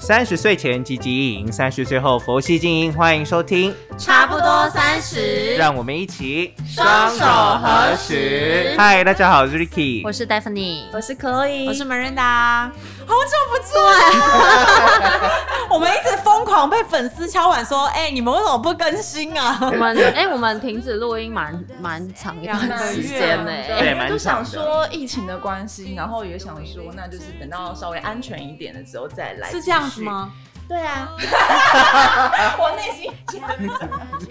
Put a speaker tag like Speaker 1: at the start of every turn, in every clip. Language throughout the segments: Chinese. Speaker 1: 三十岁前积极意淫，三十岁后佛系经营。欢迎收听，
Speaker 2: 差不多三十，
Speaker 1: 让我们一起
Speaker 2: 双手合十
Speaker 1: 嗨，大家好，我是 Ricky，
Speaker 2: 我是 Daphne，
Speaker 3: 我是 Chloe，
Speaker 2: 我是 Miranda，
Speaker 4: 好久不见， 我们一直疯狂被粉丝敲碗说，哎、你们为什么不更新啊
Speaker 2: 我？们哎、我们停止录音蛮蛮长一段时间呢、
Speaker 1: 对
Speaker 2: 欸，
Speaker 1: 蛮
Speaker 5: 就
Speaker 1: 长
Speaker 5: 想
Speaker 1: 的
Speaker 5: 说疫情的关系，然后也想说，那就是等到稍微安全一点的时候再来。
Speaker 4: 是这样子？吗？
Speaker 5: 对啊，我内心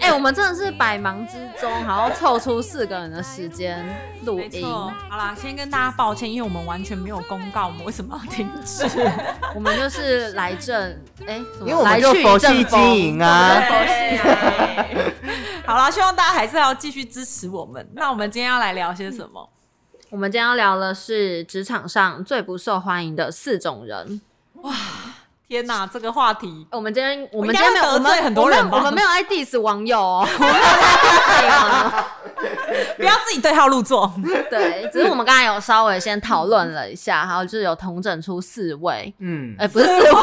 Speaker 2: 哎、我们真的是百忙之中，然后凑出四个人的时间录
Speaker 4: 没
Speaker 2: 音，
Speaker 4: 错，好啦，先跟大家抱歉，因为我们完全没有公告，我们为什么 要停止？
Speaker 2: 我们就是来阵哎、什
Speaker 1: 因
Speaker 2: 么
Speaker 1: 为我们就
Speaker 2: 来去
Speaker 1: 佛
Speaker 2: 阵
Speaker 1: 系
Speaker 2: 风
Speaker 1: 经营啊，
Speaker 5: 对
Speaker 4: 好啦，希望大家还是要继续支持我们。那我们今天要来聊些什么？
Speaker 2: 我们今天要聊的是职场上最不受欢迎的四种人。
Speaker 4: 天哪，这个话题
Speaker 2: 我们今天我
Speaker 4: 我
Speaker 2: 们今
Speaker 4: 应
Speaker 2: 天
Speaker 4: 该
Speaker 2: 没有
Speaker 4: 会
Speaker 2: 我
Speaker 4: 得
Speaker 2: 们
Speaker 4: 罪很多人吧
Speaker 2: 我们我们没有爱 diss 网友 哦，我们没有在 diss
Speaker 4: 不要自己对号入座。
Speaker 2: 谁哦。对，只是我们刚才有稍微先讨论了一下，还有就是有同整出四位，
Speaker 1: 嗯，
Speaker 2: 哎、不是四位，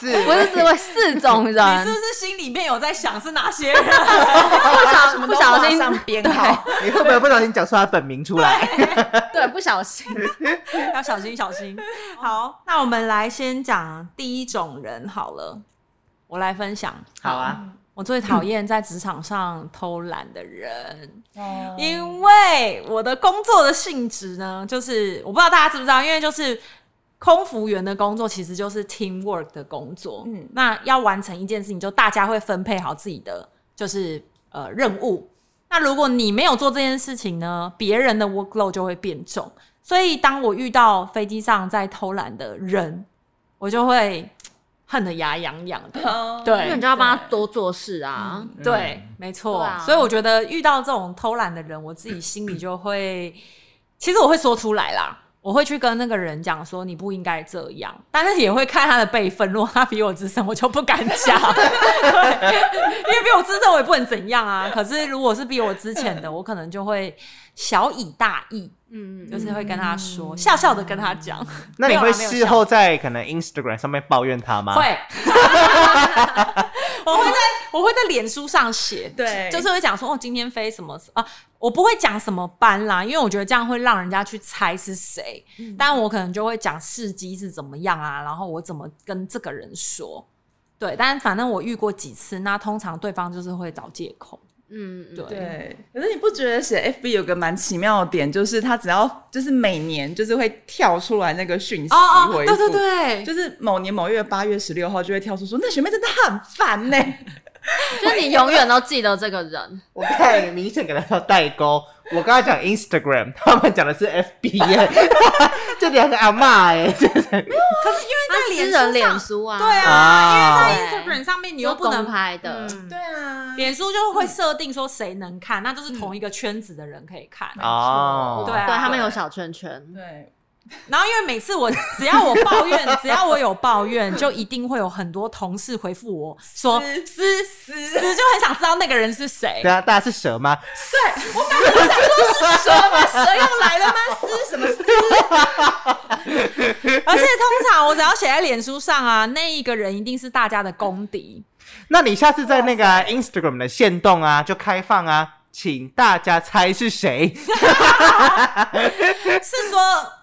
Speaker 1: 是，
Speaker 2: 不是四位，四种
Speaker 4: 你是
Speaker 2: 人
Speaker 4: 不。是心里面有在想是哪 些人？
Speaker 2: 不小
Speaker 5: 什么
Speaker 2: 不
Speaker 5: 都
Speaker 2: 小
Speaker 5: 画
Speaker 2: 心
Speaker 5: 上编 号，
Speaker 1: 你会不会不小心讲出他本名出 来？
Speaker 4: 啊
Speaker 2: 对，不小心。
Speaker 4: 要小心小心。好，那我们来先讲第一种人好了，我来分享。
Speaker 1: 好啊，
Speaker 4: 我最讨厌在职场上偷懒的人，
Speaker 5: 啊，
Speaker 4: 因为我的工作的性质呢，就是我不知道大家知不知道，因为就是空服员的工作其实就是 team work 的工作，嗯
Speaker 5: 嗯，
Speaker 4: 那要完成一件事情，就大家会分配好自己的就是呃任务。那如果你没有做这件事情呢，别人的 workload 就会变重。所以当我遇到飞机上在偷懒的人，我就会恨得牙痒痒的。对
Speaker 2: 因为你就要帮他多做事啊。
Speaker 4: 对，没错。
Speaker 2: 对啊
Speaker 4: 所以我觉得遇到这种偷懒的人，我自己心里就会，其实我会说出来啦，我会去跟那个人讲说你不应该这样，但是也会看他的辈分，如果他比我资深，我就不敢讲， 对 因为比我资深我也不能怎样啊。可是如果是比我之前的，我可能就会小以大义。
Speaker 2: 嗯，
Speaker 4: 就是会跟他说，笑笑的跟他讲。
Speaker 1: 那你
Speaker 4: 没
Speaker 1: 会
Speaker 4: 有啦没有
Speaker 1: 事后在可能 Instagram 上面抱怨他吗？
Speaker 4: 会， 我会在我会在脸书上写，
Speaker 5: 对
Speaker 4: 就是会讲说哦，今天飞什么啊？我不会讲什么班啦，因为我觉得这样会让人家去猜是谁。但我可能就会讲事迹是怎么样啊，然后我怎么跟这个人说。对，但反正我遇过几次，那通常对方就是会找借口。
Speaker 2: 嗯，嗯
Speaker 4: 对，哦
Speaker 5: 对，可是你不觉得写 FB 有个蛮奇妙的点，就是它只要就是每年就是会跳出来那个讯息
Speaker 4: 哦哦，
Speaker 5: 回
Speaker 4: 对
Speaker 5: 复，
Speaker 4: 对对，
Speaker 5: 就是某年某月八月十六号就会跳出说那学妹真的很烦呢、
Speaker 2: 就是你永远都记得这个人。
Speaker 1: 我看你明显给他要代沟。我刚才讲 Instagram，他 们讲的是 FB 耶， 这两个阿嬷 哎，这
Speaker 2: 他私人脸书啊，
Speaker 4: 对啊，
Speaker 1: 啊
Speaker 4: 因为在 Instagram 上面你
Speaker 2: 你
Speaker 4: 又不能嗯
Speaker 2: 公开的。
Speaker 5: 对啊，
Speaker 4: 脸书就会设定说谁能看，那就是同一个圈子的人可以看。
Speaker 1: 哦，
Speaker 4: 对啊
Speaker 2: 对啊他们有小圈圈，
Speaker 5: 对，
Speaker 4: 然后因为每次我只要我抱怨，只要我有抱怨，就一定会有很多同事回复我说
Speaker 5: 私
Speaker 4: 私私私，就很想知道那个人是谁
Speaker 1: 对。啊，大家是蛇吗？
Speaker 5: 蛇吗？蛇又来了吗？撕什么撕？
Speaker 4: 而且通常我只要写在脸书上啊，那一个人一定是大家的公敌。
Speaker 1: 那你下次在那个啊 Instagram 的限动啊，就开放啊，请大家猜是 谁。
Speaker 4: 是说，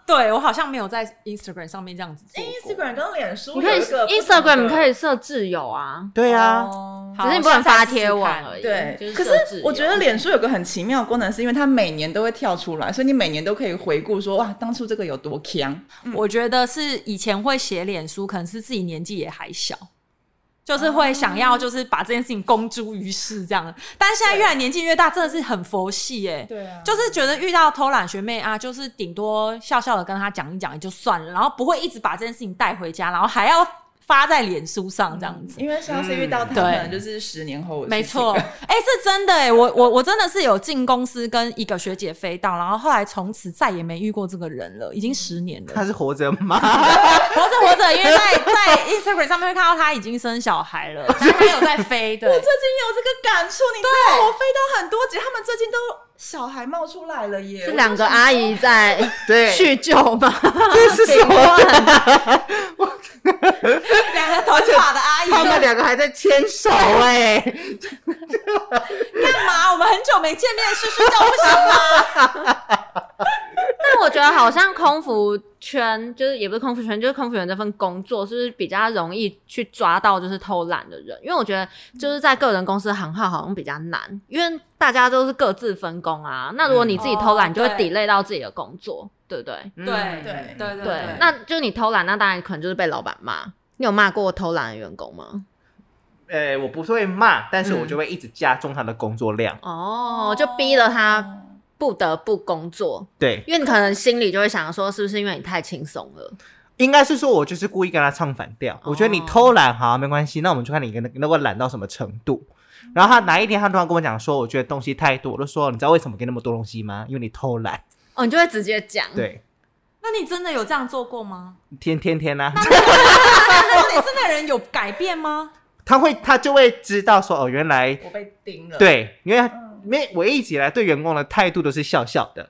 Speaker 4: 对我好像没有在 Instagram 上面这样子做过。
Speaker 5: Instagram 跟脸书
Speaker 2: 你可以
Speaker 5: 有一个不同的
Speaker 2: Instagram 你可以设挚友啊，
Speaker 1: 对啊，
Speaker 5: 哦
Speaker 2: 只是你不能发贴文而
Speaker 4: 已。
Speaker 2: 已。就
Speaker 5: 对，可
Speaker 2: 设挚
Speaker 5: 是
Speaker 2: 友
Speaker 5: 我觉得脸书有个很奇妙的功能，是因为它每年都会跳出来，所以你每年都可以回顾说，哇，当初这个有多强。
Speaker 4: 我觉得是以前会写脸书，可能是自己年纪也还小，就是会想
Speaker 5: 哦
Speaker 4: 要就是把这件事情公诸于世这样。但现在越来年纪越大，真的是很佛系哎、
Speaker 5: 对啊
Speaker 4: 就是觉得遇到偷懒学妹啊，就是顶多笑笑的跟她讲一讲也就算了，然后不会一直把这件事情带回家，然后还要发在脸书上这样子。
Speaker 5: 因为上次遇
Speaker 2: 嗯
Speaker 5: 到他，
Speaker 4: 对
Speaker 5: 可能就是十年后的事情
Speaker 4: 没错，哎、是真的哎、我我我真的是有进公司跟一个学姐飞到，然后后来从此再也没遇过这个人了，已经十年了。
Speaker 1: 他是活着吗？
Speaker 4: 活着活着，因为在在 Instagram 上面会看到他已经生小孩了，但他有在飞，对
Speaker 5: 我最近有这个感触，你知道我飞到很多集，他们最近都小孩冒出来了耶，
Speaker 2: 是两个阿姨 在
Speaker 1: 对，
Speaker 2: 叙旧吗？
Speaker 1: 这是什么？
Speaker 4: 两个同
Speaker 1: 两个还在牵手哎、
Speaker 4: 干嘛？我们很久没见面，睡睡觉不行吗？
Speaker 2: 但我觉得好像空服圈，就是也不是空服圈，就是空服员这份工作，就是比较容易去抓到就是偷懒的人，因为我觉得就是在个人公司行号好像比较难，因为大家都是各自分工啊。那如果你自己偷懒，
Speaker 4: 嗯
Speaker 2: 就会
Speaker 4: 哦对
Speaker 2: delay 到自己的工作，对不对？
Speaker 1: 嗯
Speaker 4: 对
Speaker 5: 对
Speaker 4: 对对
Speaker 2: 对，那就是你偷懒，那当然可能就是被老板骂。你有骂过偷懒的员工吗？
Speaker 1: 呃，我不会骂，但是我就会一直加重他的工作量。
Speaker 2: 哦，就逼了他不得不工作，
Speaker 1: 对，
Speaker 2: 因为你可能心里就会想说，是不是因为你太轻松了？
Speaker 1: 应该是说我就是故意跟他唱反调。我觉得你偷懒好、没关系，那我们就看你能能够懒到什么程度。然后他哪一天他突然跟我讲说，我觉得东西太多，我就说你知道为什么给那么多东西吗？因为你偷懒。
Speaker 2: 哦，你就会直接讲。
Speaker 1: 对，
Speaker 4: 那你真的有这样做过吗？
Speaker 1: 天天天啊呐、
Speaker 4: 那你真的人有改变吗？
Speaker 1: 他会他就会知道说哦，原来
Speaker 5: 我被盯
Speaker 2: 呃
Speaker 5: 了。，
Speaker 1: 对，因为
Speaker 2: 嗯
Speaker 1: 因为我一直以来对员工的态度都是笑笑的，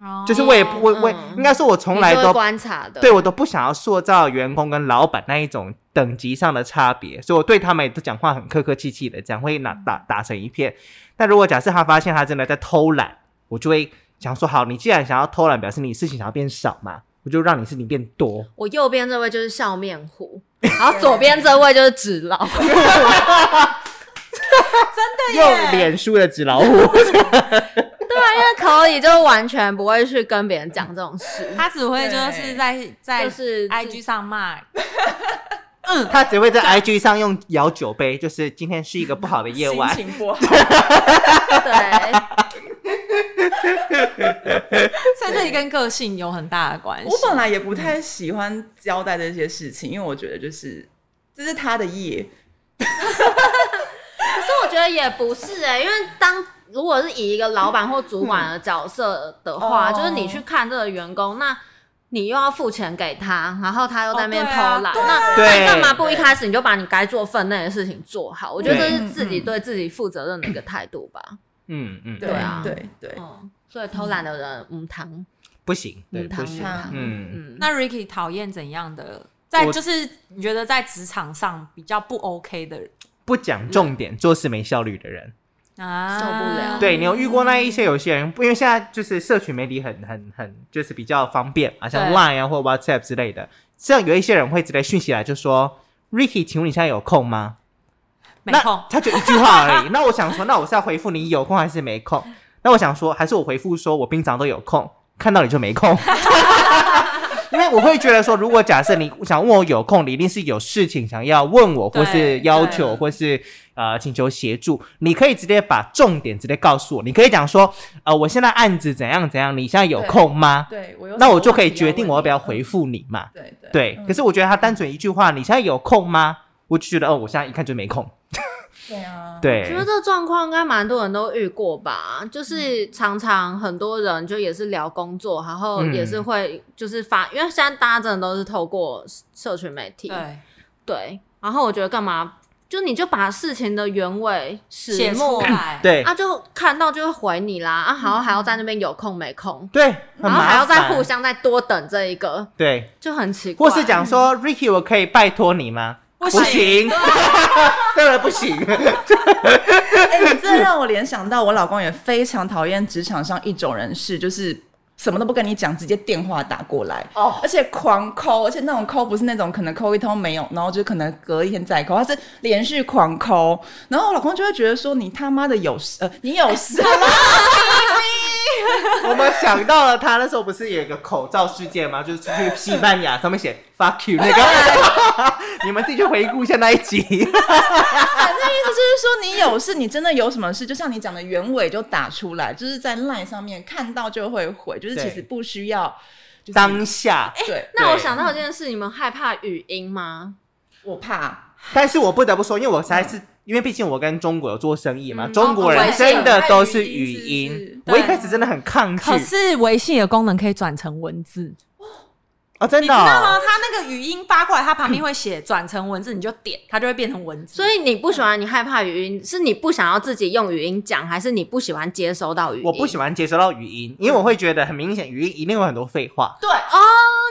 Speaker 4: 哦
Speaker 1: 就是我也不我
Speaker 2: 嗯
Speaker 1: 我应该说我从来
Speaker 2: 你就
Speaker 1: 都
Speaker 2: 会观察的。
Speaker 1: 对我都不想要塑造员工跟老板那一种等级上的差别，所以我对他们也都讲话很客客气气的，讲会
Speaker 2: 嗯
Speaker 1: 打打打成一片。但如果假设他发现他真的在偷懒，我就会想说，好，你既然想要偷懒，表示你事情想要变少嘛，我就让你事情变多。
Speaker 2: 我右边这位就是笑面虎，然后左边这位就是纸老。
Speaker 4: 真的
Speaker 1: 用
Speaker 4: 耶，
Speaker 1: 脸书的纸老虎，
Speaker 2: 对啊，因为可以就完全不会去跟别人讲这种事，
Speaker 4: 他只会就是在在
Speaker 2: 就是
Speaker 4: IG 上骂，
Speaker 1: 他只会在 IG 上用摇酒杯，就是今天是一个不好的夜晚。
Speaker 5: 心情不好，
Speaker 2: 对，
Speaker 4: 所以这里跟个性有很大的关系。
Speaker 5: 我本来
Speaker 2: 嗯
Speaker 5: 也不太喜欢交代这些事情，因为我觉得就是这是他的业，
Speaker 2: 可是我觉得也不是哎、因为当如果是以一个老板或主管的角色的话，
Speaker 5: 嗯
Speaker 2: 就是你去看这个员工，那你又要付钱给他，然后他又在那边
Speaker 4: 哦
Speaker 2: 偷
Speaker 4: 对啊
Speaker 2: 懒，
Speaker 4: 对
Speaker 2: 那
Speaker 1: 对
Speaker 2: 那干嘛不一开始你就把你该做分内的事情做好？我觉得这是自己
Speaker 5: 嗯嗯
Speaker 2: 对自己负责任的一个态度吧。
Speaker 1: 嗯嗯，
Speaker 2: 对啊
Speaker 5: 对对，
Speaker 2: 嗯，所以偷懒的人，嗯，糖，
Speaker 1: 不行，对，
Speaker 2: 嗯，
Speaker 1: 不
Speaker 2: 糖，
Speaker 1: 行。
Speaker 2: 糖，
Speaker 1: 嗯，
Speaker 2: 嗯，
Speaker 4: 那 Ricky 讨厌怎样的？在
Speaker 1: 我
Speaker 4: 就是你觉得在职场上比较不 OK 的人
Speaker 1: 不讲重点，做事没效率的人。
Speaker 4: 啊
Speaker 2: 受不了
Speaker 1: 对你有遇过那一些有些人，因为现在就是社群媒体很很很就是比较方便啊，像
Speaker 4: 对
Speaker 1: Line 啊或 WhatsApp 之类的，像有一些人会直接讯息来就说，Ricky，请问你现在有空吗？
Speaker 4: 没
Speaker 1: 那
Speaker 4: 空，
Speaker 1: 他就一句话而已。那我想说，那我是要回复你有空还是没空？那我想说，还是我回复说我平常都有空，看到你就没空。因为我会觉得说，如果假设你想问我有空，你一定是有事情想要问我，
Speaker 4: 对
Speaker 1: 或是要
Speaker 4: 对
Speaker 1: 求，或是呃请求协助。你可以直接把重点直接告诉我，你可以讲说，呃，我现在案子怎样怎样，你现在有
Speaker 5: 对
Speaker 1: 空吗？
Speaker 5: 对我有
Speaker 1: 那
Speaker 5: 什么
Speaker 1: 我就可以
Speaker 5: 问题
Speaker 1: 决定我要不要
Speaker 5: 问你
Speaker 1: 回复你嘛。
Speaker 5: 对对
Speaker 1: 对，
Speaker 5: 嗯
Speaker 1: 可是我觉得他单纯一句话，你现在有空吗？我就觉得哦，我现在一看就没空。
Speaker 5: 对啊，
Speaker 1: 对，
Speaker 2: 其实这状况应该蛮多人都遇过吧，就是常常很多人就也是聊工作，然后
Speaker 1: 嗯
Speaker 2: 也是会就是发，因为现在大家真的都是透过社群媒体，
Speaker 4: 对，
Speaker 2: 对然后我觉得干嘛，就你就把事情的原委始
Speaker 4: 写出
Speaker 2: 末。
Speaker 4: 来，
Speaker 1: 嗯 对
Speaker 2: 啊，就看到就会回你啦，啊，好，还要在那边有空没空，
Speaker 1: 对，很
Speaker 2: 然后还要
Speaker 1: 麻
Speaker 2: 再
Speaker 1: 烦
Speaker 2: 互相再多等这一个，
Speaker 1: 对，
Speaker 2: 就很奇怪。
Speaker 1: 或是讲说 Ricky，我可以拜托你吗？
Speaker 4: 不
Speaker 1: 不
Speaker 4: 行
Speaker 1: 行， 当然不行。
Speaker 5: 哎、 你这让我联想到我老公也非常讨厌职场上一种人是，就是什么都不跟你讲，直接电话打过来，
Speaker 1: 哦，
Speaker 5: 而且狂抠，而且那种抠不是那种可能抠一通没有，然后就可能隔一天再抠，他是连续狂抠，然后我老公就会觉得说你他妈的有事，呃，你有事吗？
Speaker 1: 我们想到了他那时候不是有一个口罩事件吗？就是去西班牙上面写 fuck you 那个， 你们自己去回顾一下那一集。
Speaker 5: 反正意思就是说你有事，你真的有什么事，就像你讲的原委就打出来，就是在 LINE 上面看到就会回，就是其
Speaker 1: 对
Speaker 5: 实不需要，就是、
Speaker 1: 当下，
Speaker 5: 对
Speaker 2: 那我
Speaker 1: 对
Speaker 2: 想到一件事，你们害怕语音吗？
Speaker 5: 我怕。
Speaker 1: 但是我不得不说，因为我实在是。因为毕竟我跟中国有做生意嘛，
Speaker 2: 嗯
Speaker 1: 中国人真的都是语音。
Speaker 5: 哦
Speaker 1: 我一开始真的很抗拒
Speaker 4: 可，是微信的功能可以转成文字，
Speaker 1: 啊，真
Speaker 4: 你知
Speaker 1: 的
Speaker 4: 道
Speaker 1: 哦、
Speaker 4: 吗？他那个语音发过来，他旁边会写转成文字，你就点，它就会变成文字。
Speaker 2: 所以你不喜欢，你害怕语音，是你不想要自己用语音讲，还是你不喜欢接收到语音？
Speaker 1: 我不喜
Speaker 2: 欢，
Speaker 1: 欢接收到语音，因为我会觉得很明显，语音一定会有很多废话。
Speaker 5: 对，
Speaker 2: 哦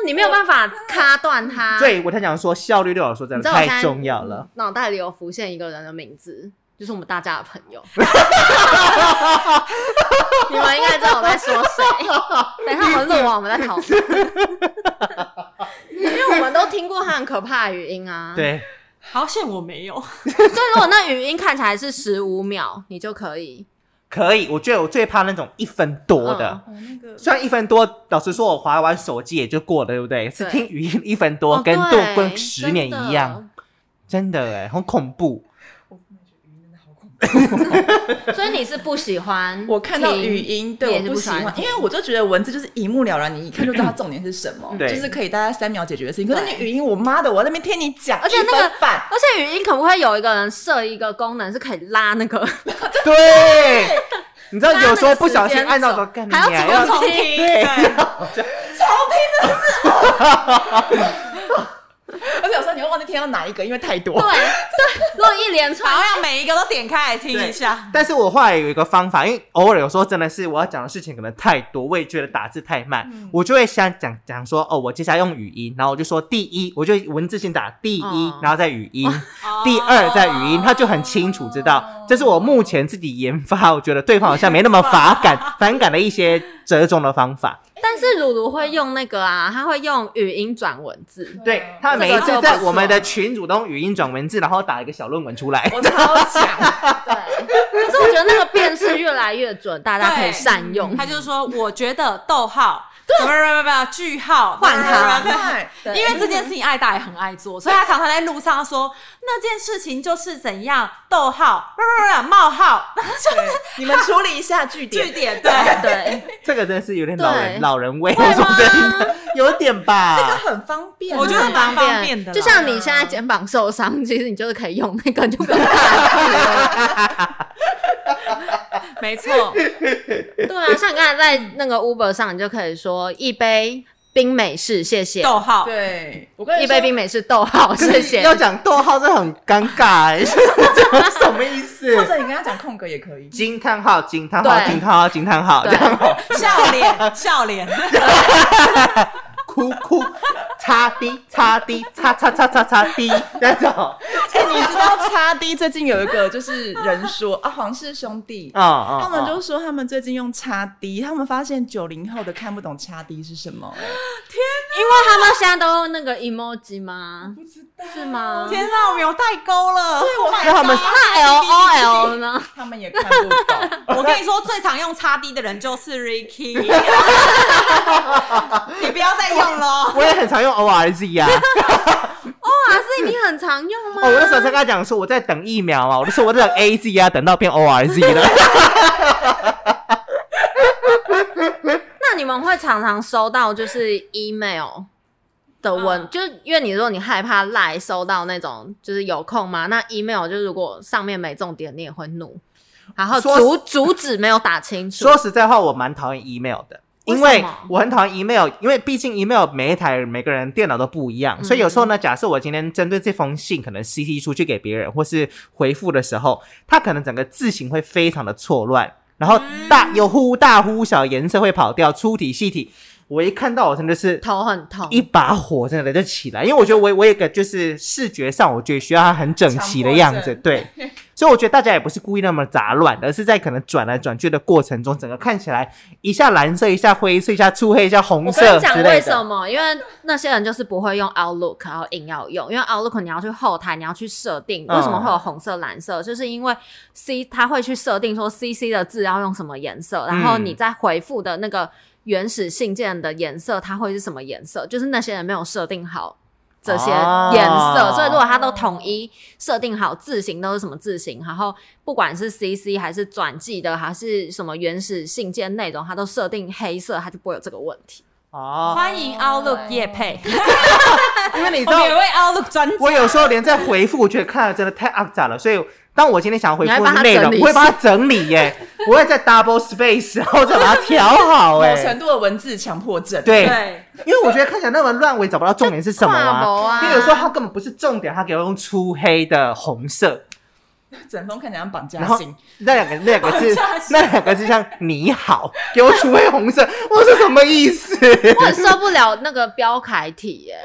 Speaker 2: 你没有办法卡断它。，
Speaker 1: 对我才讲说效率对我来说真
Speaker 2: 啊你
Speaker 1: 的
Speaker 2: 知道我现
Speaker 1: 太
Speaker 2: 在
Speaker 1: 重要了。
Speaker 2: 脑袋里有浮现一个人的名字，就是我们大家的朋友。你们应该知道我在说谁。 等一下我们录完，我们再讨论。因为我们都听过他很可怕的语音啊。。
Speaker 1: 对，
Speaker 4: 好险我没有，
Speaker 2: 所以如果那语音看起来是十五秒，你就可以。
Speaker 1: 可以。我觉得我最怕那种一分多的，
Speaker 2: 嗯
Speaker 5: 哦那个
Speaker 1: 虽然一分多，老实说，我划完手机也就过了，对不对？是
Speaker 2: 对
Speaker 1: 听语音一分多，
Speaker 2: 哦
Speaker 1: 跟度
Speaker 2: 对
Speaker 1: 跟十年一
Speaker 2: 哦
Speaker 1: 样，真的哎，很恐怖。
Speaker 5: 我真的觉得语音真的好恐怖。
Speaker 2: 真的。所以你是不喜欢
Speaker 5: 我看到
Speaker 2: 听
Speaker 5: 语音，
Speaker 2: 你
Speaker 5: 对，
Speaker 2: 也是
Speaker 5: 我
Speaker 2: 不
Speaker 5: 喜欢
Speaker 2: 喜，欢
Speaker 5: 因为我就觉得文字就是一目了然，你一看就知道它重点是什么，
Speaker 1: 对
Speaker 5: 就是可以大概三秒解决的事情。可是你
Speaker 2: 对
Speaker 5: 语音，我妈的，我在那边听你讲，
Speaker 2: 而且那个
Speaker 5: 一分半
Speaker 2: 而且语音可不可以有一个人设一个功能，是可以拉那个，
Speaker 1: 对，你知道
Speaker 2: 拉那个
Speaker 1: 有时候不小
Speaker 2: 时
Speaker 1: 心
Speaker 2: 间
Speaker 1: 按到
Speaker 2: 轴
Speaker 1: 说干你
Speaker 2: 还要
Speaker 1: 娘
Speaker 2: 重
Speaker 1: 要
Speaker 2: 重听
Speaker 1: 对，
Speaker 5: 而且有时候你会忘记听到哪一个，因为太
Speaker 2: 对
Speaker 5: 多。
Speaker 2: 对，如果一连串
Speaker 4: 好要每一个都点开来听一下。
Speaker 1: 但是我后来有一个方法，因为偶尔有时候真的是我要讲的事情可能太多，我也觉得打字太慢，我就会先讲讲说哦，我接下来用语音，然后我就说第一，我就文字先打第一，
Speaker 2: 哦
Speaker 1: 然后再语音，第二再语音，他就很清楚知道。这是我目前自己研发，我觉得对方好像没那么反感 反感的一些折中的方法。
Speaker 2: 但是鲁鲁会用那个啊，他会用语音转文字，
Speaker 1: 对他每一
Speaker 2: 这
Speaker 1: 次
Speaker 2: 个就不错
Speaker 1: 在我们的群组中语音转文字，然后打一个小论文出来。
Speaker 5: 我超 强，
Speaker 2: 对。可是我觉得那个辨识越来越准，大家可以善用。
Speaker 4: 他就是说，我觉得逗号，什么什么什么句号，
Speaker 2: 换
Speaker 4: 什么什么什么
Speaker 5: 快，
Speaker 2: 对
Speaker 4: 因为这件事情，艾达也很爱做，所以他常常在路上说那件事情就是怎样，逗号，不不不，冒号，
Speaker 5: 对你们处理一下据
Speaker 4: 句
Speaker 5: 点。
Speaker 4: 点，对，
Speaker 2: 对，
Speaker 1: 这个真是有点老人
Speaker 2: 对
Speaker 1: 老人味，我说真的有点吧。
Speaker 5: 这个很方便啊，
Speaker 4: 我觉得蛮方便的啦
Speaker 2: 就像你现在肩膀受伤，其实你就是可以用那个，就不 用打字了。
Speaker 4: 没错，
Speaker 2: 对啊，像你刚才在那个 Uber 上，你就可以说一杯冰美式，谢谢。
Speaker 4: 逗号，
Speaker 5: 对，我跟你
Speaker 2: 一杯
Speaker 5: 说
Speaker 2: 冰美式，逗号， 谢谢。
Speaker 1: 要讲逗号，这很尴尬、欸， 这什么意
Speaker 5: 或
Speaker 1: 思？
Speaker 5: 者你跟他讲空格也可以。
Speaker 1: 惊叹号，惊叹号，
Speaker 2: 对
Speaker 1: 惊叹号，惊叹号，这
Speaker 2: 对
Speaker 1: 样好，
Speaker 4: 笑脸，笑脸，
Speaker 1: 哭哭，擦滴擦滴擦擦擦擦擦滴，那种，
Speaker 5: 哎，你知道叉 D 最近有一个就是人说啊，皇室兄弟，
Speaker 1: 哦哦，
Speaker 5: 他们就
Speaker 1: 哦
Speaker 5: 说他们最近用叉 D，他们发现九零后的看不懂叉 D 是什么、
Speaker 2: 因为他们现在都用那个 emoji 吗？
Speaker 5: 不知道
Speaker 2: 是吗？
Speaker 4: 天哪，我们有代沟了，对我
Speaker 1: 那他们
Speaker 2: 那 L O L 呢？
Speaker 5: 他们也看不 懂。
Speaker 4: 我跟你说，最常用叉 D 的人就是 Ricky，你不要再用喽。
Speaker 1: 我也很常用 O R Z 呀、啊，
Speaker 2: 哇，哦啊是你很常用吗？
Speaker 1: 哦，我那时候才跟他讲说我在等疫苗啊嘛，我就说我在等 A Z 啊，等到变 O R Z 了，
Speaker 2: 那你们会常常收到就是 email 的问，
Speaker 5: 啊
Speaker 4: 嗯
Speaker 2: 就是因为你说你害怕赖收到那种就是有空吗？那 email 就是如果上面没重点，你也会怒，然后
Speaker 1: 说
Speaker 2: 主主旨没有打清楚，
Speaker 1: 说实在话，我蛮讨厌 email 的。因
Speaker 2: 为
Speaker 1: 为
Speaker 2: 什么
Speaker 1: 我很讨厌 email，因为毕竟 email 每一台每个人电脑都不一样，
Speaker 2: 嗯
Speaker 1: 所以有时候呢，假设我今天针对这封信可能 CC 出去给别人，或是回复的时候，它可能整个字形会非常的错乱，然后大
Speaker 2: 嗯
Speaker 1: 有忽大忽小，颜色会跑掉，粗体细体，我一看到我真的是
Speaker 2: 头很痛。
Speaker 1: 一把火真的就起来，因为我觉得我我有一个就是视觉上，我觉得需要它很整齐的样子，
Speaker 5: 强
Speaker 1: 对，所以我觉得大家也不是故意那么杂乱，而是在可能转来转去的过程中，整个看起来一下蓝色，一下灰色，一下粗黑，一下红
Speaker 2: 我跟
Speaker 1: 色
Speaker 2: 你讲
Speaker 1: 之
Speaker 2: 为
Speaker 1: 类
Speaker 2: 什
Speaker 1: 的。
Speaker 2: 么？因为那些人就是不会用 Outlook，然后硬要用，因为 Outlook 你要去后台，你要去设定
Speaker 1: 嗯
Speaker 2: 为什么会有红色、蓝色，就是因为 C 它会去设定说 CC 的字要用什么颜色，然后
Speaker 1: 嗯
Speaker 2: 你在回复的那个原始信件的颜色它会是什么颜色，就是那些人没有设定好。这些
Speaker 1: 哦
Speaker 2: 颜色，所以如果他都统一设定好字型都是什么字型，然后不管是 CC 还是转寄的，还是什么原始信件内容，他都设定黑色，他就不会有这个问题。
Speaker 1: 哦，
Speaker 4: 欢迎 Outlook 叶配，
Speaker 1: 因为你知
Speaker 4: 我们
Speaker 1: 道
Speaker 4: 有，位 Outlook 专家，
Speaker 1: 我有时候连在回复，我觉得看了真的太肮脏了，所以当我今天想要回
Speaker 2: 你还
Speaker 1: 复
Speaker 2: 帮
Speaker 1: 的
Speaker 2: 他
Speaker 1: 内容
Speaker 2: 整，理
Speaker 1: 我会把它整理耶、我会在 double space，然后再把它调 好哎、
Speaker 5: 某程度的文字强迫症。
Speaker 1: 对，
Speaker 4: 对，
Speaker 1: 因为我觉得看起来那么乱，我也找不到重点是什么
Speaker 2: 跨模
Speaker 1: 啊。
Speaker 2: 啊
Speaker 1: 因为有时候它根本不是重点，它给我用粗黑的红色，
Speaker 5: 整封看起来像绑架
Speaker 1: 然后
Speaker 5: 信，
Speaker 1: 那两个那两个字
Speaker 4: 好扎心，
Speaker 1: 那两个字像你好，给我粗黑红色，我是什么意思？
Speaker 2: 我很受不了那个标楷体耶、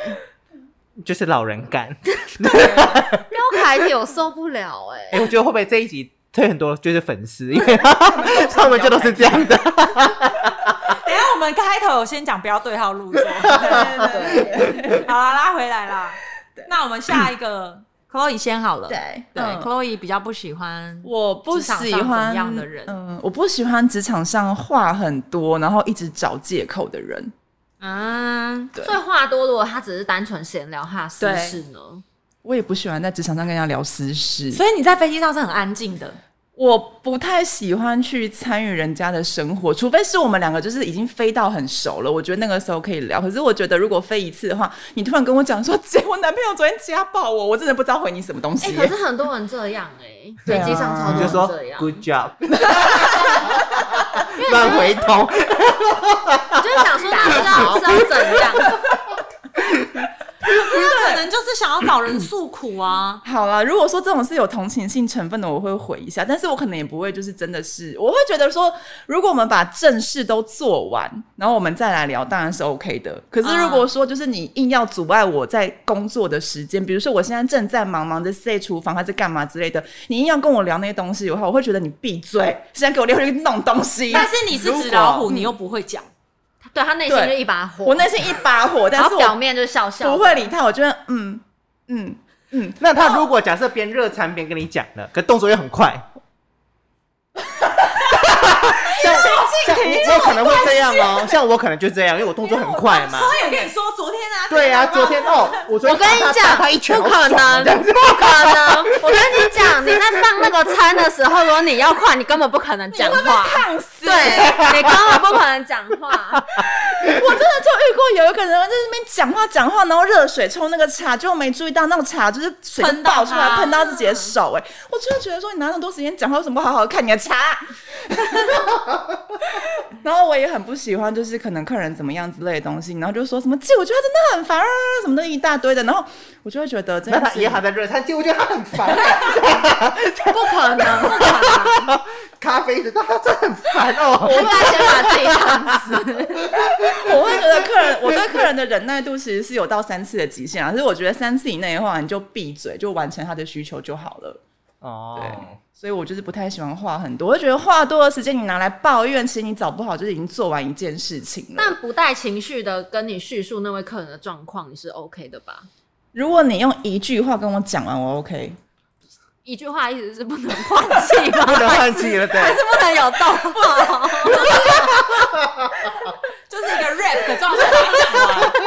Speaker 1: 就是老人感。
Speaker 2: 标楷体我受不了哎、
Speaker 1: 哎、我觉得会不会这一集推很多就是粉丝，因为他们就都是这样的。
Speaker 4: 等一下我们开头有先讲不要对号入座，
Speaker 5: 对对对
Speaker 4: 好啦，拉回来啦。那我们下一个 Chloe 先好了。
Speaker 5: 对
Speaker 4: 嗯对
Speaker 5: 嗯
Speaker 4: ，Chloe 比较不喜欢，
Speaker 5: 我不
Speaker 4: 职场
Speaker 5: 喜
Speaker 4: 上怎
Speaker 5: 欢
Speaker 4: 样的人
Speaker 5: 嗯、我不喜欢职场上话很多，然后一直找借口的人。
Speaker 4: 嗯，
Speaker 5: 对
Speaker 2: 所以话多，如果他只是单纯闲聊他的私事呢？
Speaker 5: 我也不喜欢在职场上跟人家聊私事，
Speaker 4: 所以你在飞机上是很安静的，
Speaker 5: 我不太喜欢去参与人家的生活，除非是我们两个就是已经飞到很熟了，我觉得那个时候可以聊。可是我觉得如果飞一次的话，你突然跟我讲说， 姐，我男朋友昨天家暴我，我真的不知道回你什么东
Speaker 2: 哎、
Speaker 5: 西、
Speaker 2: 可是很多人这样哎、
Speaker 5: 对
Speaker 2: 飞
Speaker 5: 啊
Speaker 2: 机上超
Speaker 1: 你就
Speaker 2: 多人
Speaker 1: 说
Speaker 2: 这样，
Speaker 1: good job，乱回头。
Speaker 2: 我就想说，那知道是要怎样？
Speaker 4: 他可能就是想要找人诉苦啊。
Speaker 5: 好啦，如果说这种是有同情性成分的，我会回一下，但是我可能也不会，就是真的是，哦我会觉得说，如果我们把正事都做完，然后我们再来聊，当然是 OK 的。可是如果说就是你硬要阻碍我在工作的时间，比如说我现在正在忙忙着在厨房还是干嘛之类的，你硬要跟我聊那些东西的话，我会觉得你闭嘴，现在给我溜去弄东西。
Speaker 4: 但是你是纸老虎，你又不会讲，
Speaker 2: 对他内心就一把火，
Speaker 5: 我内心一把火，但
Speaker 2: 然
Speaker 5: 是
Speaker 2: 后表
Speaker 5: 我
Speaker 2: 面就笑笑的，
Speaker 5: 不会理他，我觉得嗯嗯嗯，
Speaker 1: 那他如果假设边热餐边跟你讲了，可动作又很 快，像像我我可能会这样哦，像我可能就这样，因为我动作很快嘛。
Speaker 4: 也跟你说昨天啊
Speaker 1: 对啊，昨天哦，我昨
Speaker 2: 我
Speaker 1: 天
Speaker 2: 跟你
Speaker 1: 打他
Speaker 2: 讲，
Speaker 1: 打他一拳
Speaker 2: 不
Speaker 1: 好
Speaker 2: 可
Speaker 1: 爽啊
Speaker 2: 能，
Speaker 1: 这样子
Speaker 2: 不可能！我跟你讲，你在放那个餐的时候，如果你要快，你根本不可能讲话，
Speaker 5: 烫死
Speaker 2: 对你根本不可能讲话。
Speaker 5: 我真的就遇过有一个人在那边讲话讲话，然后热水冲那个茶，就没注意到那个茶就是水就爆出
Speaker 4: 喷到
Speaker 5: 来
Speaker 4: 他
Speaker 5: 喷到自己的手、哎，我真的觉得说你拿那么多时间讲话，为什么不好好看你的茶？然后我也很不喜欢，就是可能客人怎么样之类的东西，然后就说什么姐，我觉得他真的很烦啊，什么的一大堆的，然后我就会觉得真
Speaker 1: 那
Speaker 5: 的
Speaker 1: 他
Speaker 5: 是
Speaker 1: 也还在热餐，结果我觉得他很烦，
Speaker 4: 不可能，不可能。
Speaker 1: 咖啡的他真的很烦哦。
Speaker 2: 我应该先把自己烫 死。
Speaker 5: 我会觉得客人，我对客人的忍耐度其实是有到三次的极限啊，可是我觉得三次以内的话，你就闭嘴，就完成他的需求就好了。
Speaker 1: 哦，
Speaker 5: 所以我就是不太喜欢话很多，我就觉得话多的时间你拿来抱怨，其实你找不好就是已经做完一件事情了。
Speaker 2: 但不带情绪的跟你叙述那位客人的状况，你是 OK 的吧？
Speaker 5: 如果你用一句话跟我讲完，我 OK。
Speaker 4: 哦
Speaker 2: 一句话意思是不能换气吗？
Speaker 1: 不能换气了，对。
Speaker 2: 还是不能有动 画？
Speaker 4: 就是一个 rap 的状态把它讲完。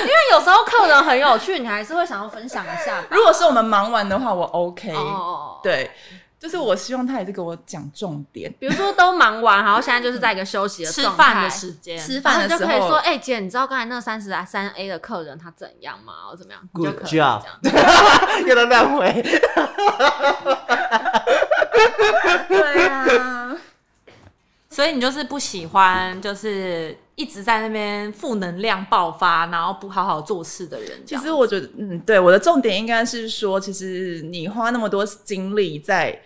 Speaker 2: 因为有时候客人很有趣，你还是会想要分享一下吧。
Speaker 5: 如果是我们忙完的话，我 OK。
Speaker 2: 哦，
Speaker 5: 对，就是我希望他也是给我讲重点。
Speaker 2: 比如说都忙完，然后现在就是在一个休息的
Speaker 4: 吃
Speaker 2: 状态
Speaker 4: 饭的时间，
Speaker 5: 吃
Speaker 2: 然后
Speaker 5: 饭
Speaker 2: 你
Speaker 5: 的
Speaker 2: 就
Speaker 5: 时
Speaker 2: 可以
Speaker 5: 候
Speaker 2: 说，，哎、姐，你知道刚才那三十三 A 的客人他怎样吗？我怎么样你就
Speaker 1: Good
Speaker 2: 可以这样
Speaker 1: 又在乱回。
Speaker 5: 对 啊，
Speaker 4: 所以你就是不喜欢，就是一直在那边负能量爆发，然后不好好做事的人。
Speaker 5: 其实我觉得，嗯，对，我的重点应该是说，其实你花那么多精力在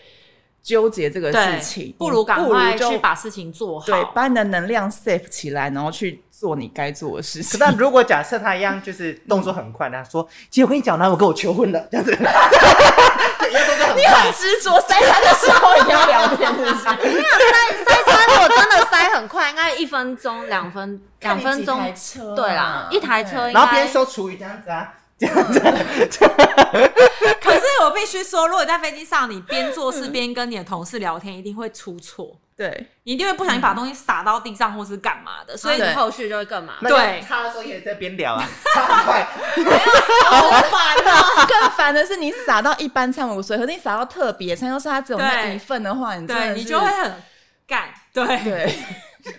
Speaker 5: 纠结这个
Speaker 4: 这样
Speaker 5: 事
Speaker 4: 对
Speaker 5: 情，
Speaker 4: 不如赶快
Speaker 5: 就
Speaker 4: 去把事情做好。哎
Speaker 5: 对把你的能量 save 起来，然后去做你该做的事情。
Speaker 1: 但如果假设他一样就是动作很快，他说：“姐，我跟你讲，男友跟我求婚了。”这样 子，对，要动 作很快。
Speaker 5: 执着塞他的时候也要聊天，是不是？
Speaker 2: 塞塞车，我真的塞很快，应该一分钟、两分、两分钟。
Speaker 5: 车
Speaker 2: 嗯
Speaker 5: 啊
Speaker 2: 对啦，一台车应
Speaker 1: 然后边
Speaker 2: 该
Speaker 1: 收厨余这样子啊，
Speaker 4: 可是我必须说，如果在飞机上你边做事边跟你的同事聊天，一定会出错，
Speaker 5: 对，
Speaker 4: 你一定会不小心把东西撒到地上或是干嘛的。所
Speaker 2: 所以
Speaker 4: 以你
Speaker 2: 你
Speaker 5: 对
Speaker 2: 后续就会更麻烦。
Speaker 4: 对
Speaker 1: 他的时候也在边聊啊，他很快。
Speaker 5: 啊 更烦的是你撒到一般餐无所谓，可是你撒到特别餐，又是它只有那
Speaker 4: 对
Speaker 5: 一份的话，你真的
Speaker 4: 对
Speaker 5: 是
Speaker 4: 你就会很干。对，
Speaker 5: 对。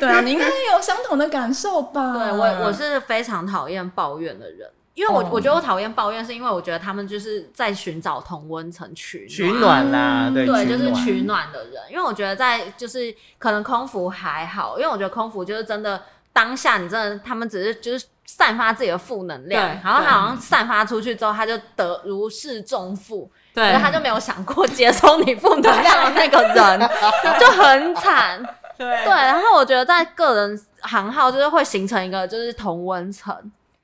Speaker 5: 对啊，你应该有相同的感受吧？
Speaker 2: 对我我是非常讨厌抱怨的人，因为我、
Speaker 5: 哦
Speaker 2: 我觉得我讨厌抱怨，是因为我觉得他们就是在寻找同温层取
Speaker 1: 取暖啦，
Speaker 5: 嗯
Speaker 1: 对，
Speaker 2: 对，就是
Speaker 1: 暖
Speaker 2: 取暖的人。因为我觉得在就是可能空服还好，因为我觉得空服就是真的当下你真的他们只是就是散发自己的负能量
Speaker 4: 对，
Speaker 2: 然后
Speaker 4: 对
Speaker 2: 他好像散发出去之后，他就得如释重负，可
Speaker 4: 对
Speaker 2: 是他就没有想过接收你负能量的那个 人，就很惨。
Speaker 4: 对
Speaker 2: 对，然后我觉得在个人行号就是会形成一个就是同温层，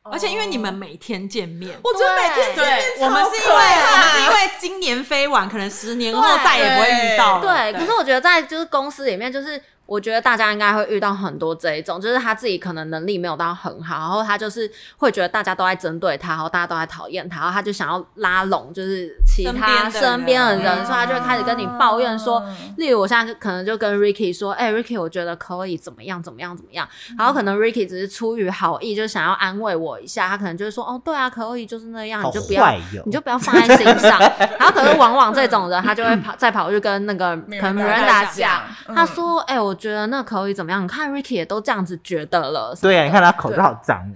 Speaker 4: 而且因为你们每天见面，
Speaker 5: 我觉得每天见面
Speaker 4: 我们
Speaker 5: 超
Speaker 4: 是因为
Speaker 5: 可爱啊
Speaker 4: 我们是因为今年飞完，可能十年后再也不会遇到了。
Speaker 2: 对，可是我觉得在就是公司里面，就是我觉得大家应该会遇到很多这一种，就是他自己可能能力没有到很好，然后他就是会觉得大家都在针对他，然后大家都在讨厌他，然后他就想要拉拢就是其他身边
Speaker 4: 身边
Speaker 2: 的
Speaker 5: 啊
Speaker 4: 的
Speaker 2: 人，
Speaker 4: 人
Speaker 2: 所以他就会开始跟你抱怨说。
Speaker 5: 嗯
Speaker 2: 例如，我现在可能就跟 Ricky 说，哎、r i c k y 我觉得 Chloe 怎么样，怎么样，怎么样。然后可
Speaker 1: 嗯
Speaker 2: 能 Ricky 只是出于好意，就想要安慰我一下，他可能就是说，哦，对啊，Chloe 就是那样，
Speaker 1: 好
Speaker 2: 你就不要
Speaker 1: 坏哦哟
Speaker 2: 你就不要放在心上。然后可是往往这种人，他就会跑再跑去跟那个可能 Miranda 讲，他说：“哎、我觉得那可以怎么样？你看 Ricky 也都这样子觉得了。”
Speaker 1: 对啊，你看他口罩好脏。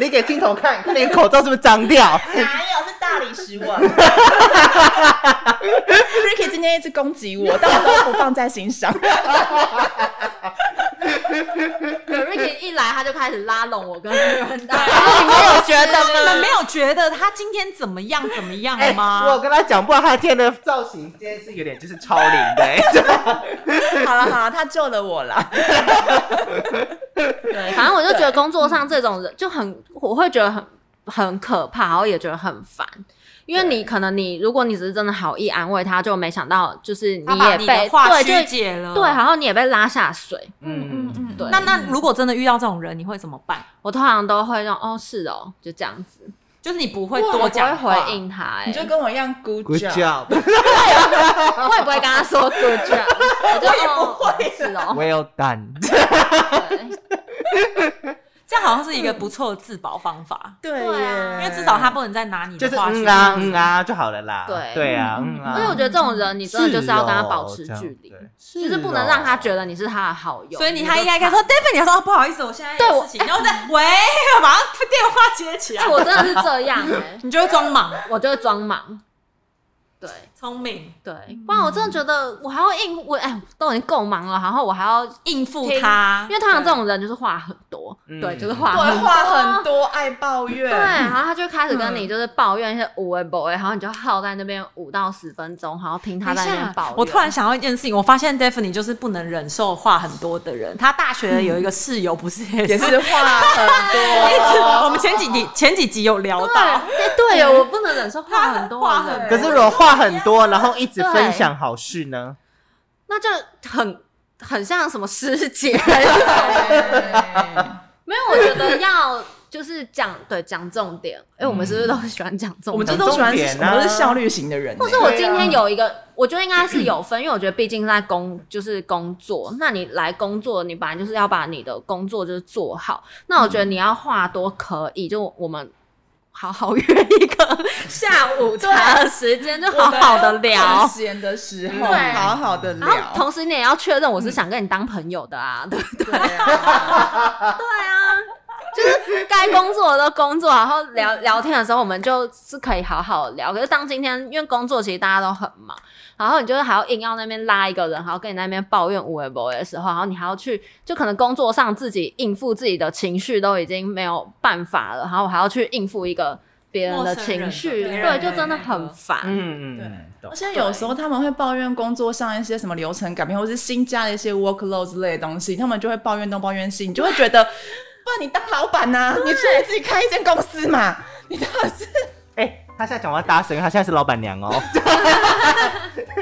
Speaker 1: 你给镜头看，看你的口罩是不是脏 掉？
Speaker 5: 哪有是大理石纹？Ricky 今天一直攻击我，但我都不放在心上。
Speaker 2: 对，Ricky 一来他就开始拉拢我 跟 Miranda，
Speaker 4: 你们有觉
Speaker 2: 得吗
Speaker 4: 你们没有觉得他今天怎么样怎么样
Speaker 1: 哎
Speaker 4: 吗？
Speaker 1: 我有跟他讲，不然他今天的造型今天是有点就是超龄的、欸，
Speaker 5: 好了好了，他救了我啦。
Speaker 2: 对， 反正我就觉得工作上这种人就很，我会觉得很很可怕，然后也觉得很烦。因为你可能你，如果你只是真的好意安慰他，就没想到就是
Speaker 4: 他
Speaker 2: 你
Speaker 4: 把
Speaker 2: 也
Speaker 4: 你
Speaker 2: 被
Speaker 4: 的话哦
Speaker 2: 对
Speaker 4: 曲
Speaker 2: 就
Speaker 4: 解了。
Speaker 2: 对，然后你也被拉下水。
Speaker 1: 嗯嗯，
Speaker 2: 对，
Speaker 4: 那那如果真的遇到这种人，你会怎么办？
Speaker 2: 我通常都会让哦是哦，就这样子，
Speaker 4: 就是你不会
Speaker 2: 我
Speaker 4: 多
Speaker 2: 不会
Speaker 4: 讲话
Speaker 2: 回，应他、哎，
Speaker 5: 你就跟我一样 good
Speaker 1: ，Good
Speaker 5: job。
Speaker 1: job，Well
Speaker 2: 我也不会跟他说 good job，我就哦是哦，
Speaker 1: done。
Speaker 2: 对
Speaker 4: 这样好像是一个不错的自保方法，
Speaker 5: 对
Speaker 2: 对啊
Speaker 5: 耶，
Speaker 4: 因为至少他不能再拿你
Speaker 1: 就
Speaker 4: 的
Speaker 1: 是
Speaker 4: 话
Speaker 1: 嗯
Speaker 4: 去。
Speaker 1: 啊嗯啊就好了啦。
Speaker 2: 对
Speaker 1: 对啊嗯啊。
Speaker 2: 而且我觉得这种人，你真的就是要跟他保持
Speaker 1: 是哦哦
Speaker 2: 距离
Speaker 1: 这，样对
Speaker 2: 就是不能让他觉
Speaker 1: 得。
Speaker 2: 得你是他的好友。
Speaker 4: 啊所以你
Speaker 2: 就
Speaker 4: 他应该该说 David，你要说、哦、不好意思，我现在
Speaker 2: 对
Speaker 4: 有
Speaker 2: 我
Speaker 4: 事情，然后再喂，马上电话接起来
Speaker 2: 哎，，我真的是这样哎，
Speaker 4: 你就会装忙，
Speaker 2: 我就会装忙。对
Speaker 4: 聪明
Speaker 2: 对，不然我真的觉得我还要应我哎，都已经够忙了，然后我还要，因
Speaker 4: 应付他，
Speaker 2: 为通常这种人就是话很多，
Speaker 1: 嗯
Speaker 2: 对，就是话
Speaker 5: 对
Speaker 2: 很
Speaker 5: 话很多，爱抱怨。
Speaker 2: 对，然后他就开始跟你就是抱怨一些无为不为，然后你就耗在那边五到十分钟，然后听他
Speaker 4: 等
Speaker 2: 在
Speaker 4: 一
Speaker 2: 那
Speaker 4: 下
Speaker 2: 边抱怨。
Speaker 4: 我突然想到一件事情，我发现 Daphne 就是不能忍受话很多的人。她大学有一个室友，不是也
Speaker 5: 也
Speaker 4: 是
Speaker 5: 是哦 话很
Speaker 4: 一直
Speaker 5: 多。
Speaker 4: 我们前几集前几集有聊到，
Speaker 2: 对对 我不能忍受话很多
Speaker 4: 话
Speaker 2: 的人
Speaker 1: 可
Speaker 4: 很
Speaker 1: 是如果话很多，然后一直分享好事呢？
Speaker 2: 那就很很像什么师姐。 没有，我觉得要就是讲对讲重点。哎、我们是不是都喜欢讲重点？
Speaker 5: 我们这都喜欢，
Speaker 1: 重点
Speaker 5: 我
Speaker 1: 啊
Speaker 5: 们是效率型的人耶。
Speaker 2: 或是我今天有一个，我觉得应该是有分，因为我觉得毕竟在工就是工作，那你来工作，你本来就是要把你的工作就是做好。那我觉得你要话多可以，就我们好好约一个下午茶的时间，就好好的聊
Speaker 5: 趁。闲的时候，
Speaker 2: 对
Speaker 5: 好好的
Speaker 2: 然后
Speaker 5: 聊。
Speaker 2: 同时你也要确认我是想跟你当朋友的啊，对不对？
Speaker 5: 对啊
Speaker 2: 对啊，就是该工作的都工作，然后聊聊天的时候，我们就是可以好好聊。可是当今天因为工作，其实大家都很忙，然后你就是还要硬要那边拉一个人，然后跟你那边抱怨无为不为的时候，然后你还要去，就可能工作上自己应付自己的情绪都已经没有办法了，然后我还要去应付一个别人的
Speaker 4: 陌生人
Speaker 2: 情
Speaker 4: 的
Speaker 2: 绪，
Speaker 4: 别
Speaker 2: 对，
Speaker 4: 人
Speaker 2: 就
Speaker 4: 的
Speaker 2: 真的
Speaker 4: 那
Speaker 2: 很
Speaker 4: 个
Speaker 2: 烦。
Speaker 1: 嗯嗯
Speaker 5: 对
Speaker 1: 嗯，懂
Speaker 5: 而。且有时候他们会抱怨工作上一些什么流程改变，或是新加的一些 workload 之类的东西，他们就会抱怨东抱怨西，你就会觉得， 不然你当老板呐、你出来自己开一间公司嘛，你当然是
Speaker 1: 哎、他现在讲话大声，他现在是老板娘 哦。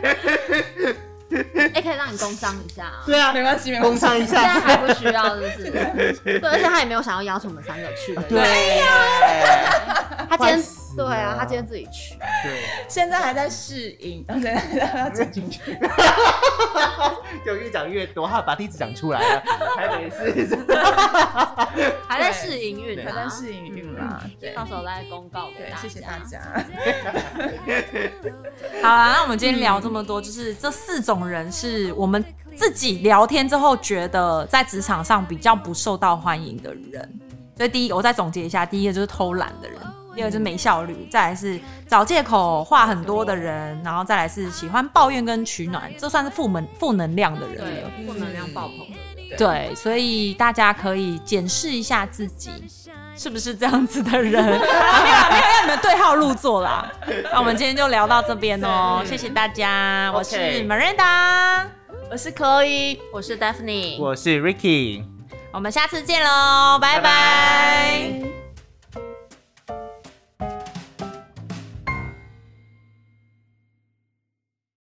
Speaker 2: 哎、可以让你工伤一下啊。
Speaker 1: 对啊
Speaker 5: 没关系，没关
Speaker 1: 工
Speaker 5: 系。
Speaker 1: 商一
Speaker 2: 现在
Speaker 1: 下。
Speaker 2: 还不需要，就是对，而且他也没有想要邀请我们三个去的意思。
Speaker 1: 对呀、
Speaker 2: 他今
Speaker 1: 烦
Speaker 2: 天
Speaker 1: 死
Speaker 2: 对啊，
Speaker 1: 了
Speaker 2: 他今天自己去。
Speaker 1: 对，
Speaker 5: 现在还在试营，然后现在让他 剪进去。啊
Speaker 1: 就越讲越多，他把地址讲出来了，台北市。
Speaker 2: 还在试营运啊，
Speaker 5: 还在试营运啦，对
Speaker 2: 到时候再公告给
Speaker 5: 对
Speaker 2: 大，家。
Speaker 5: 嗯谢谢大家。
Speaker 4: 好啦，那我们今天聊这么多，就是这四种人是我们自己聊天之后觉得在职场上比较不受到欢迎的人。所以第一个，我再总结一下，第一个就是偷懒的人，第二个就是没效率，再来是找借口、话很多的人，然后再来是喜欢抱怨跟取暖，这算是负能负能量的人
Speaker 2: 对
Speaker 4: 了。，
Speaker 5: 嗯
Speaker 2: 负能量爆棚。
Speaker 4: 对，所以大家可以检视一下自己是不是这样子的人。没 有啦，没有让你们对号入座啦。那我们今天就聊到这边哦，谢谢大家，我是
Speaker 1: OK
Speaker 4: Miranda，
Speaker 5: 我是 Chloe。
Speaker 2: 我是 Daphne，
Speaker 1: 我是 Ricky。
Speaker 4: 我们下次见喽，拜
Speaker 1: 拜
Speaker 4: 拜